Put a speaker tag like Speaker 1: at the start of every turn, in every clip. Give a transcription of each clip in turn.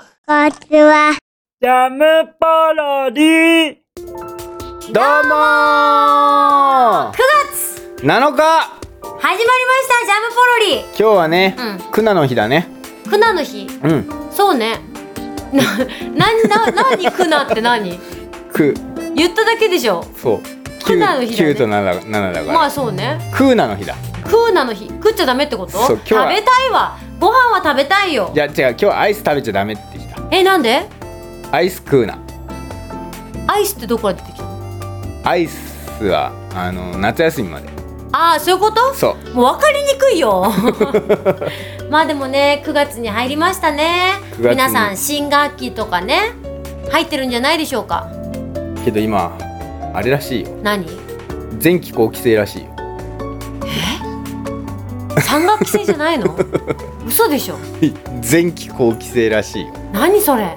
Speaker 1: ちは。
Speaker 2: ジャムパロディ
Speaker 3: どうもー
Speaker 4: 9月
Speaker 3: 7日
Speaker 4: 始まりましたジャムポ
Speaker 3: 今日はね、
Speaker 4: ロリ
Speaker 3: クナの日だね
Speaker 4: うんクナの日
Speaker 3: うん
Speaker 4: そうねな、な、な、なにクナって何
Speaker 3: く
Speaker 4: 言っただけでしょ
Speaker 3: そう
Speaker 4: クナの日だね
Speaker 3: 9と7だ7だから、
Speaker 4: まあそうね
Speaker 3: クーナの日だ
Speaker 4: クーナの日食っちゃダメってこと
Speaker 3: そう今日は
Speaker 4: 食べたいわご飯は食べたいよ
Speaker 3: じゃあ違う今日はアイス食べちゃダメって言った
Speaker 4: え、なんで
Speaker 3: アイスクーナ
Speaker 4: アイスってどこから出てきたの
Speaker 3: アイスはあの夏休みまで
Speaker 4: ああ、そういうこと
Speaker 3: そう
Speaker 4: もう分かりにくいよ まあでもね9月に入りましたね
Speaker 3: 9月に
Speaker 4: 皆さん新学期とかね入ってるんじゃないでしょうか
Speaker 3: けど今あれらしいよ
Speaker 4: 何
Speaker 3: 前期後期生らしいよ
Speaker 4: 三学期生じゃない の嘘でしょ
Speaker 3: 前期後期生らしいよ
Speaker 4: 何それ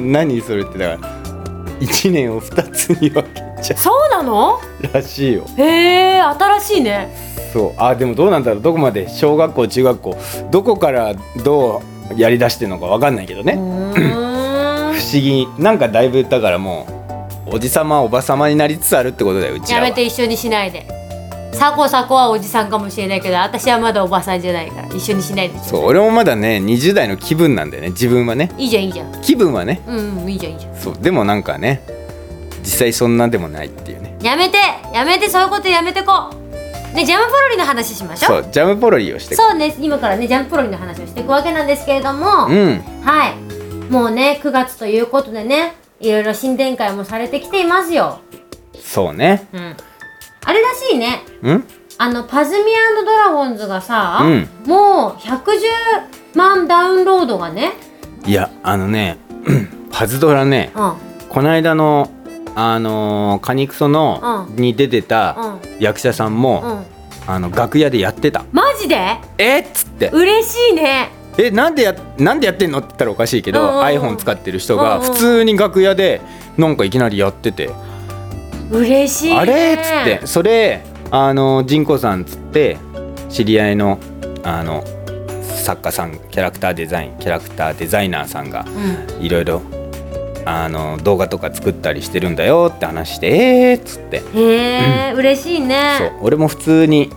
Speaker 3: 何それってだから1年を2つに分けちゃ
Speaker 4: そうなの
Speaker 3: うらしいよ
Speaker 4: へえ新しいね
Speaker 3: そうあでもどうなんだろうどこまで小学校中学校どこからどうやりだしてるのかわかんないけど
Speaker 4: う
Speaker 3: ね、
Speaker 4: ーん
Speaker 3: 不思議なんかだいぶだからもうおじさまおばさまになりつつあるってことだようち
Speaker 4: や
Speaker 3: らは
Speaker 4: めて一緒にしないでサコサコはおじさんかもしれないけど私はまだおばさんじゃないから一緒にしないで
Speaker 3: そう俺もまだね20代の気分なんだよね自分はね
Speaker 4: いいじゃんいいじゃん
Speaker 3: 気分はね
Speaker 4: うんうんいいじゃんいいじゃん
Speaker 3: そうでもなんかね実際そんなでもないっていうね
Speaker 4: やめてやめてそういうことやめてこねジャムポロリの話しましょう
Speaker 3: そうジャムポロリをして
Speaker 4: そうね今からねジャムポロリの話をしていくわけなんですけれども
Speaker 3: うん
Speaker 4: はいもうね9月ということでねいろいろ新展開もされてきていますよ
Speaker 3: そうね
Speaker 4: うんあれらしいね
Speaker 3: うん
Speaker 4: あのパズミアンドドラゴンズがさ、
Speaker 3: うん
Speaker 4: もう110万ダウンロードがね
Speaker 3: いやあのねパズドラね
Speaker 4: うん
Speaker 3: この間のあのーカニクソの、
Speaker 4: う
Speaker 3: に出てた、
Speaker 4: うん
Speaker 3: 役者さんも、
Speaker 4: うん
Speaker 3: あの楽屋でやってた
Speaker 4: マジで
Speaker 3: えっつって
Speaker 4: 嬉しいね
Speaker 3: えなんでやなんでやってんのって言ったらおかしいけど、
Speaker 4: うんうんうん
Speaker 3: iPhone 使ってる人
Speaker 4: う
Speaker 3: が
Speaker 4: んうん
Speaker 3: 普通に楽屋でなんかいきなりやってて、
Speaker 4: 嬉しいね
Speaker 3: あれっつってそれあのジンコさんっつって知り合いのあの作家さんキャラクターデザインキャラクターデザイナーさんが
Speaker 4: うん
Speaker 3: いろいろあの動画とか作ったりしてるんだよって話してえーっつって
Speaker 4: へえ、嬉しい
Speaker 3: そう
Speaker 4: ね
Speaker 3: 俺も普通に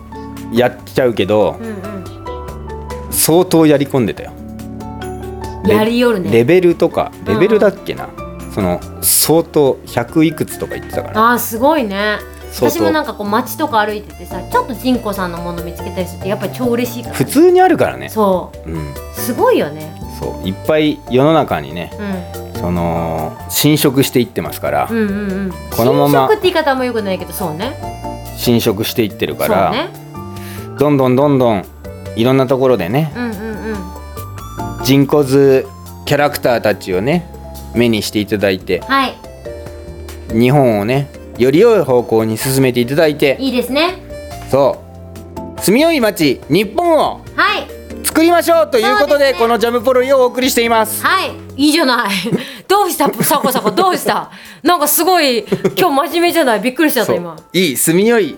Speaker 3: やっちゃうけど
Speaker 4: う、ん
Speaker 3: 相当やり込んでたよ
Speaker 4: うんやりよる
Speaker 3: レ
Speaker 4: ね
Speaker 3: ベルとか
Speaker 4: うん
Speaker 3: レベルだっけな、その相当100いくつとか言ってたから
Speaker 4: あーすごいね
Speaker 3: 相当
Speaker 4: 私もなんかこう街とか歩いててさちょっとジンコさんのもの見つけたりするとやっぱり超嬉しいから
Speaker 3: 普通にあるからね
Speaker 4: そう
Speaker 3: うん
Speaker 4: すごいよね
Speaker 3: そういっぱい世の中にね
Speaker 4: う
Speaker 3: その侵食していってますから、
Speaker 4: んうんうんうん
Speaker 3: このま
Speaker 4: 侵
Speaker 3: ま
Speaker 4: 食って言い方もよくないけどそうね
Speaker 3: 侵食していってる
Speaker 4: そ
Speaker 3: か
Speaker 4: う
Speaker 3: ら、
Speaker 4: ね
Speaker 3: どんどんどんどんいろんなところでね
Speaker 4: うんうんうん
Speaker 3: 人骨図キャラクターたちをね目にしていただいて
Speaker 4: はい
Speaker 3: 日本をねより良い方向に進めていただいて
Speaker 4: いいですね
Speaker 3: そう住みよい町日本を
Speaker 4: はい
Speaker 3: 作りましょうということで
Speaker 4: そうですね
Speaker 3: このジャムポロリをお送りしています
Speaker 4: はいいいじゃ ないどうしたサコサコどうしたなんかすごい今日真面目じゃないびっくりしちゃった
Speaker 3: そう
Speaker 4: 今
Speaker 3: いい住みよい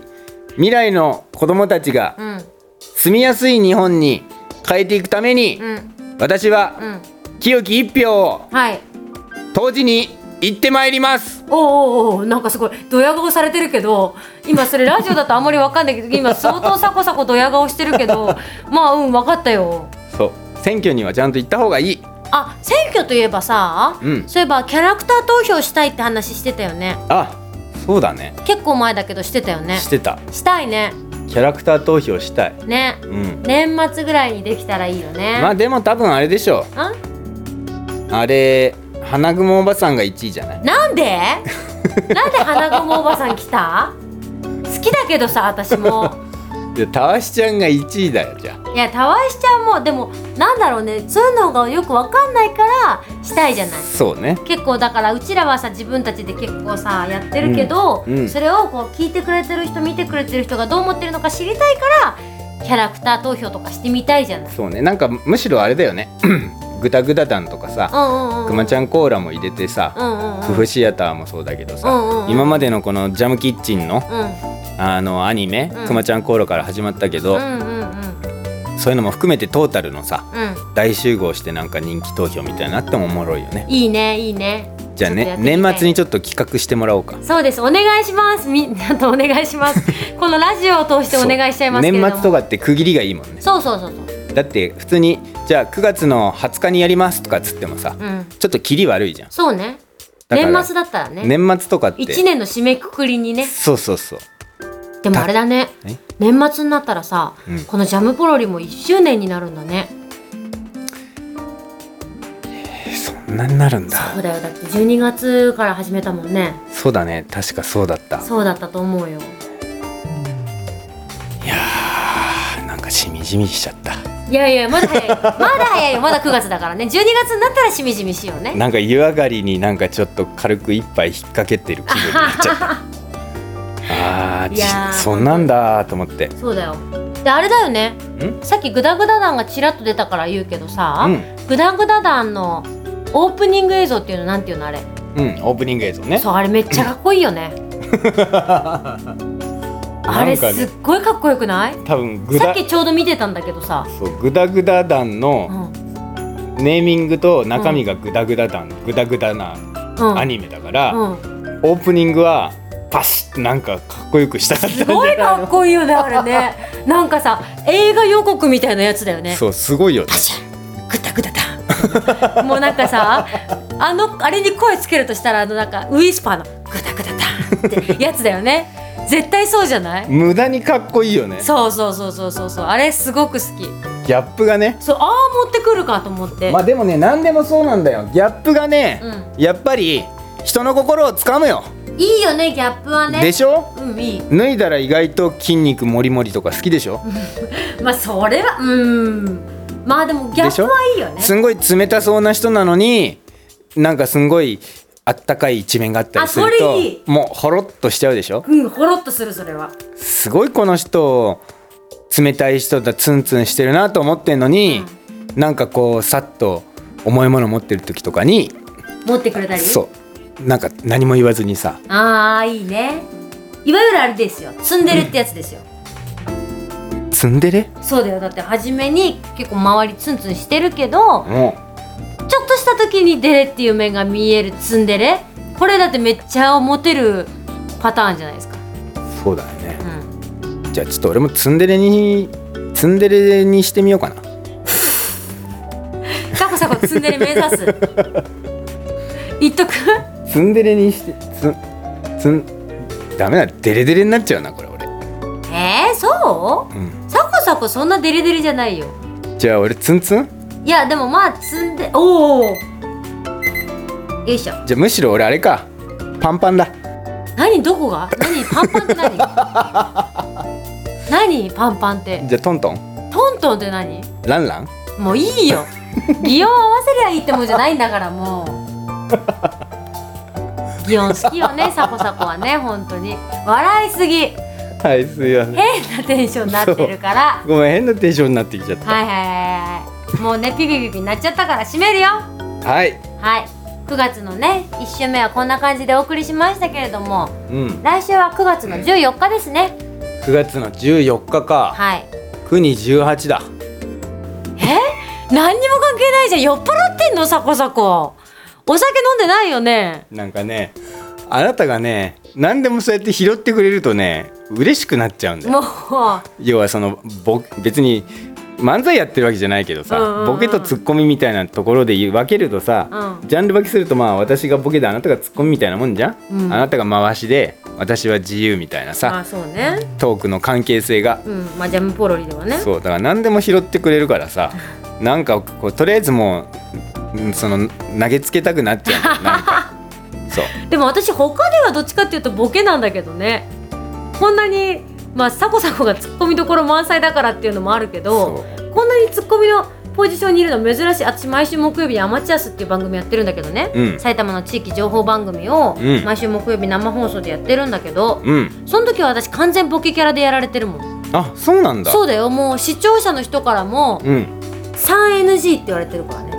Speaker 3: 未来の子供たちが
Speaker 4: うん
Speaker 3: 住みやすい日本に変えていくために
Speaker 4: うん
Speaker 3: 私は
Speaker 4: うん
Speaker 3: 清き一票を
Speaker 4: はい
Speaker 3: 当時に行ってまいります
Speaker 4: おうおうおうなんかすごいドヤ顔されてるけど今それラジオだとあんまりわかんないけど今相当サコサコドヤ顔してるけどまあうんわかったよ
Speaker 3: そう選挙にはちゃんと行った方がいい
Speaker 4: あ選挙といえばさ、
Speaker 3: うん
Speaker 4: そういえばキャラクター投票したいって話してたよね
Speaker 3: あそうだね
Speaker 4: 結構前だけどしてたよね
Speaker 3: してた
Speaker 4: したいね
Speaker 3: キャラクター投票したい
Speaker 4: ね
Speaker 3: うん
Speaker 4: 年末ぐらいにできたらいいよね、
Speaker 3: まあでも多分あれでしょ
Speaker 4: あ
Speaker 3: うあれ花雲おばさんが1位じゃない
Speaker 4: なんで なんで花雲おばさん来た好きだけどさ私も
Speaker 3: いやたわしちゃんが1位だよじゃあ
Speaker 4: いやたわしちゃんもでもなんだろうねそういうのがよくわかんないからしたいじゃない
Speaker 3: そうね
Speaker 4: 結構だからうちらはさ自分たちで結構さやってるけど、
Speaker 3: うんうん
Speaker 4: それをこう聞いてくれてる人見てくれてる人がどう思ってるのか知りたいからキャラクター投票とかしてみたいじゃない。
Speaker 3: そうねなんかむしろあれだよね グダグダ団とかさ
Speaker 4: うんうんうん、
Speaker 3: くまちゃんコーラも入れてさ、
Speaker 4: うんうんうん
Speaker 3: クフシアターもそうだけどさ、
Speaker 4: うんうんうん
Speaker 3: 今までのこの「ジャムキッチンの」
Speaker 4: うん
Speaker 3: あのアニメ、
Speaker 4: うん
Speaker 3: くまちゃんコーラから始まったけど、
Speaker 4: うんうんうん
Speaker 3: そういうのも含めてトータルのさ
Speaker 4: う
Speaker 3: 大集合してなんか人気投票みたいになってもおもろいよね
Speaker 4: んいいねいいね
Speaker 3: じゃあ
Speaker 4: ちょっ
Speaker 3: ね
Speaker 4: とやってみたい
Speaker 3: 年末にちょっと企画してもらおうか
Speaker 4: そうですお願いしますみ んなとお願いし ますこのラジオを通してお願いしちゃいますけれども
Speaker 3: 年末とかって区切りがいいもんね
Speaker 4: そうそうそうそう
Speaker 3: だって普通にじゃあ9月の20日にやりますとかっつってもさ、
Speaker 4: うん
Speaker 3: ちょっとキリ悪いじゃん
Speaker 4: そうね
Speaker 3: だから
Speaker 4: 年末だったらね
Speaker 3: 年末とかって
Speaker 4: 一年の締めくくりにね
Speaker 3: そうそうそう
Speaker 4: でもあれだね
Speaker 3: え
Speaker 4: 年末になったらさ、
Speaker 3: うん
Speaker 4: このジャムポロリも1周年になるんだね
Speaker 3: えそんなになるんだ
Speaker 4: そうだよだって12月から始めたもんね
Speaker 3: そうだね確かそうだった
Speaker 4: そうだったと思うよ
Speaker 3: あなんかしみじみしちゃった
Speaker 4: いやいやまだ 早いまだ早いよまだ9月だからね12月になったらしみじみしようね
Speaker 3: なんか湯上がりになんかちょっと軽く一杯引っ掛けてる気分になっちゃ ったあー
Speaker 4: いやー
Speaker 3: ちそんなんだーと思って
Speaker 4: そうだよであれだよね
Speaker 3: ん
Speaker 4: さっきグダグダ団がちらっと出たから言うけどさ、
Speaker 3: うん
Speaker 4: グダグダ団のオープニング映像っていうのなんていうのあれ
Speaker 3: うんオープニング映像ね
Speaker 4: そうあれめっちゃかっこいいよ ねあれ
Speaker 3: なんか
Speaker 4: す
Speaker 3: ね
Speaker 4: っごいかっこよくない
Speaker 3: 多分グ
Speaker 4: さっ
Speaker 3: ダ
Speaker 4: きちょうど見てたんだけどさ、
Speaker 3: そうグダグダ団
Speaker 4: う
Speaker 3: の
Speaker 4: ん
Speaker 3: ネーミングと中身がグダグダ団、グダグダな
Speaker 4: うん、
Speaker 3: アニメだから、
Speaker 4: うん、
Speaker 3: オープニングはパシッとなんかかっこよくしたかったんじ
Speaker 4: す
Speaker 3: ゃない
Speaker 4: ごいかっこいいよねあれね なんかさ映画予告みたいなやつだよね
Speaker 3: そうすごいよね
Speaker 4: パシャングタグタタン もうなんかさあのあれに声つけるとしたらあのなんかウィスパーのグタグタタンってやつだよね絶対そうじゃない
Speaker 3: 無駄にかっこいいよね
Speaker 4: そうそうそうそうそうそうあれすごく好き
Speaker 3: ギャップがね
Speaker 4: そうああ持ってくるかと思って、
Speaker 3: まあでもね何でもそうなんだよギャップがね、やっぱり人の心をつかむよ、
Speaker 4: うん、いいよねギャップはね
Speaker 3: でしょ
Speaker 4: うんいい
Speaker 3: 脱いだら意外と筋肉もりもりとか好きでしょ、
Speaker 4: まあそれはうんまあでもギャップはいいよね
Speaker 3: すんごい冷たそうな人なのになんかすんごいあったかい一面があったりする
Speaker 4: あそ
Speaker 3: と
Speaker 4: れいい
Speaker 3: もうほろっとしちゃうでしょ
Speaker 4: うんほろっとするそれは
Speaker 3: すごいこの人冷たい人だツンツンしてるなと思ってんのに、なんかこうさっと重いもの持ってる時とかに
Speaker 4: 持ってくれたり
Speaker 3: そうなんか何も言わずにさ
Speaker 4: ああいいねいわゆるあれですよツンデレってやつですよ、
Speaker 3: 「ツンデレ?
Speaker 4: そうだよだって初めに結構周りツンツンしてるけど」
Speaker 3: も
Speaker 4: ちょっとした時にデレっていう面が見えるツンデレこれだってめっちゃモテるパターンじゃないですか、
Speaker 3: うそうだよね
Speaker 4: うん、
Speaker 3: じゃあちょっと俺もツンデレにツンデレにしてみようかな
Speaker 4: サコサコツンデレ目指 す言っとく
Speaker 3: ツンデレにしてツンツンダメだデレデレになっちゃうなこれ俺、
Speaker 4: えー、そう
Speaker 3: うん、
Speaker 4: サコサコそんなデレデレじゃないよ
Speaker 3: じゃあ俺ツンツン
Speaker 4: いやでもまあツンデおおよいしょ
Speaker 3: じゃあむしろ俺あれかパンパンだ
Speaker 4: 何どこが何パンパンって何何パンパンって
Speaker 3: じゃあトントン
Speaker 4: トントンって何
Speaker 3: ランラン
Speaker 4: もういいよ擬音合わせりゃいいってもんじゃないんだからもう擬音好きよねサコサコはね本当に笑いすぎ
Speaker 3: はいすいません
Speaker 4: 変なテンションになってるから
Speaker 3: ごめん変なテンションになってきちゃった
Speaker 4: はいはいはいはいもうねピピピピになっちゃったから閉めるよ
Speaker 3: はい、
Speaker 4: はい9月のね1週目はこんな感じでお送りしましたけれども
Speaker 3: うん、
Speaker 4: 来週は9月の14日ですね
Speaker 3: 9月の14日か
Speaker 4: はい
Speaker 3: 9に18だ
Speaker 4: 何にも関係ないじゃん酔っ払ってんのサコサコお酒飲んでないよね
Speaker 3: なんかねあなたがね何でもそうやって拾ってくれるとね嬉しくなっちゃうんだよ
Speaker 4: もう
Speaker 3: 要はそのぼ別に漫才やってるわけじゃないけどさ、
Speaker 4: うんうんうん
Speaker 3: ボケとツッコミみたいなところで言う分けるとさ、
Speaker 4: うん
Speaker 3: ジャンル分けするとまあ私がボケであなたがツッコミみたいなもんじゃん、
Speaker 4: うん
Speaker 3: あなたが回しで私は自由みたいな
Speaker 4: あ
Speaker 3: さ
Speaker 4: そうね
Speaker 3: トークの関係性が、
Speaker 4: うんまあジャムポロリではね
Speaker 3: そうだから何でも拾ってくれるからさなんかこうとりあえずもううんその投げつけたくなっち ゃうんだよなんかそう
Speaker 4: でも私他ではどっちかっていうとボケなんだけどねこんなにまあサコサコがツッコミどころ満載だからっていうのもあるけど
Speaker 3: そう
Speaker 4: こんなにツッコミのポジションにいるの珍しい私毎週木曜日に「アマチュアス」っていう番組やってるんだけどね、
Speaker 3: うん
Speaker 4: 埼玉の地域情報番組を
Speaker 3: うん
Speaker 4: 毎週木曜日生放送でやってるんだけど、
Speaker 3: うん
Speaker 4: その時は私完全ボケキャラでやられてるもん
Speaker 3: あそうなんだ
Speaker 4: そうだよもう視聴者の人からも
Speaker 3: うん
Speaker 4: 3NG って言われてるからね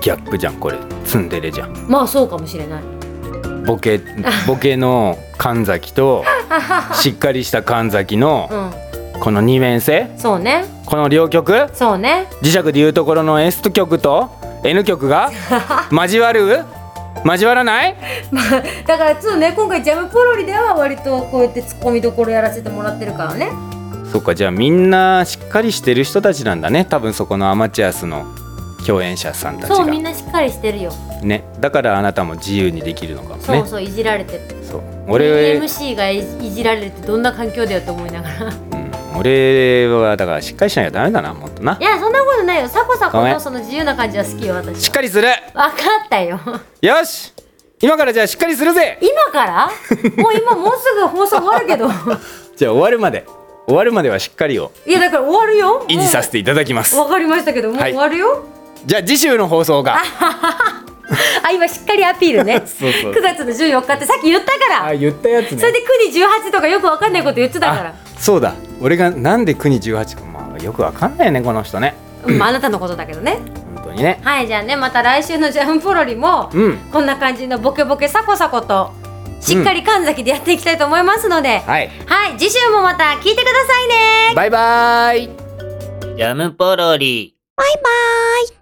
Speaker 3: ギャップじゃんこれツンデレじゃん
Speaker 4: まあそうかもしれない
Speaker 3: ボケボケの神崎としっかりした神崎の
Speaker 4: うん
Speaker 3: ここの二面性
Speaker 4: そうね
Speaker 3: この両極
Speaker 4: そうね
Speaker 3: 磁石でいうところの S 極と N 極が交わる交わらない
Speaker 4: だからちょっとね今回ジャムポロリでは割とこうやってツッコミどころやらせてもらってるからね
Speaker 3: そうかじゃあみんなしっかりしてる人たちなんだね多分そこのアマチュアスの共演者さんたち
Speaker 4: そうみん
Speaker 3: が
Speaker 4: なしっかりしてるよ
Speaker 3: ねだからあなたも自由にできるのかもね
Speaker 4: そうそう、いじられてる
Speaker 3: そう俺
Speaker 4: MC がいいじられるってどんな環境だよと思いながら い
Speaker 3: うん俺はだからしっかりしなきゃダメだなもっとな
Speaker 4: やそんなことないよサコサコ
Speaker 3: ごめ
Speaker 4: の
Speaker 3: ん
Speaker 4: その自由な感じは好きよ私
Speaker 3: しっかりする
Speaker 4: わかったよ
Speaker 3: よし今からじゃあしっかりするぜ
Speaker 4: 今からもう今もうすぐ放送終わるけ ど
Speaker 3: じゃあ終わるまで終わるまではしっかりを
Speaker 4: いやだから終わるよ
Speaker 3: 維持させていただきます
Speaker 4: わかりましたけどもう
Speaker 3: はい
Speaker 4: 終わるよ、
Speaker 3: じゃあ次週の放送が
Speaker 4: あ今しっかりアピールね
Speaker 3: そうそう
Speaker 4: 9月の14日ってさっき言ったから、
Speaker 3: 言ったやつね
Speaker 4: それで9時18とかよくわかんないこと言ってたから
Speaker 3: あそうだ俺がなんで国18か、まあ、よくわかんないねこの人ね
Speaker 4: うんまああなたのことだけどね
Speaker 3: 本当にね
Speaker 4: はいじゃあねまた来週のジャムポロリも、
Speaker 3: うん
Speaker 4: こんな感じのボケボケサコサコとしっかり神崎でやっていきたいと思いますので、
Speaker 3: はい
Speaker 4: はい次週もまた聞いてくださいね
Speaker 3: バイバーイ
Speaker 2: ジャムポロリ。
Speaker 4: バイバイ